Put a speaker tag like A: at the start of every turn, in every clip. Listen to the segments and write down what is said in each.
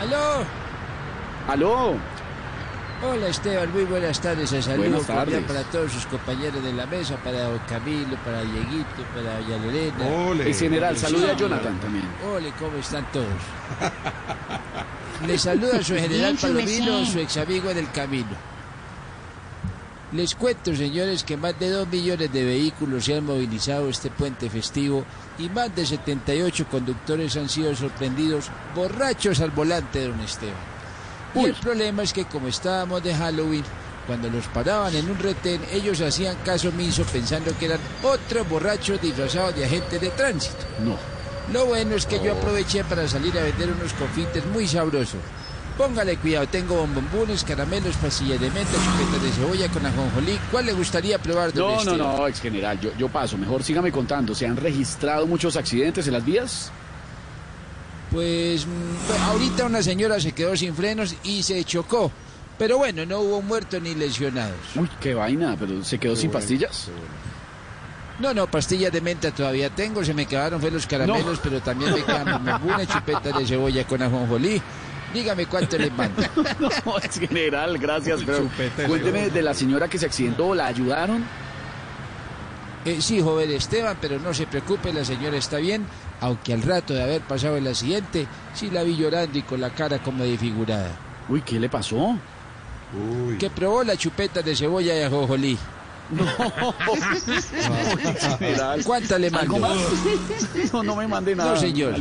A: Aló,
B: Aló,
A: hola Esteban, muy buenas tardes, a saludo
B: Buenas
A: cordial
B: tardes.
A: para todos sus compañeros de la mesa, para don Camilo, para Dieguito, para doña Lorena.
B: el general, salude a Jonathan también.
A: Ole, ¿cómo están todos? Les saluda su general Palomino, su ex amigo en el camino. Les cuento, señores, que más de 2 millones de vehículos se han movilizado este puente festivo y más de 78 conductores han sido sorprendidos borrachos al volante, don Esteban. Y el problema es que como estábamos de Halloween, cuando los paraban en un retén, ellos hacían caso omiso pensando que eran otros borrachos disfrazados de agentes de tránsito.
B: No.
A: Lo bueno es que yo aproveché para salir a vender unos confites muy sabrosos. Póngale cuidado, tengo bombombones, caramelos, pastillas de menta, chupetas de cebolla con ajonjolí. ¿Cuál le gustaría probar, don
B: No, no,
A: Esteban?
B: no, ex general, yo, yo paso. Mejor sígame contando. ¿Se han registrado muchos accidentes en las vías?
A: Pues mm, bueno, ahorita una señora se quedó sin frenos y se chocó. Pero bueno, no hubo muertos ni lesionados.
B: Uy, qué vaina, pero ¿se quedó sin pastillas?
A: No, no, pastillas de menta todavía tengo, se me quedaron fue los caramelos, pero también me quedan una chupeta de cebolla con ajonjolí. Dígame cuánto le mando.
B: No, ex general, gracias, pero cuénteme de la señora que se accidentó, ¿la ayudaron?
A: Eh, sí, joven Esteban, pero no se preocupe, la señora está bien, aunque al rato de haber pasado el accidente, sí la vi llorando y con la cara como desfigurada.
B: Uy, ¿qué le pasó?
A: Que probó la chupeta de cebolla de ajonjolí.
B: General,
A: ¿Cuánta le
B: ¿algo
A: mando?
B: más? No, no me mande nada.
A: No, señor.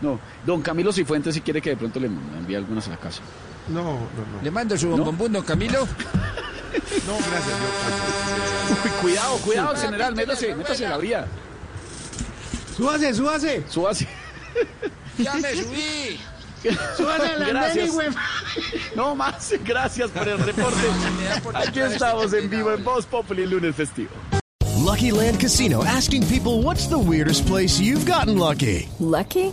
B: No, don Camilo Cifuentes, si quiere que de pronto le envíe algunas a la casa.
C: No, no, no.
A: ¿Le mando su bombombón, don Camilo?
C: No, gracias.
B: Uy, cuidado, cuidado, ex general, métase, métase en la vía.
D: Súbase, súbase,
B: Súbase.
A: ¡Ya me subí!
D: súbase a la
B: Gracias.
D: nene, güey.
B: No más, gracias por el reporte. Aquí estamos en vivo en Voz Populi, lunes festivo.
E: Lucky Land Casino asking people what's the weirdest place you've gotten lucky?
F: Lucky?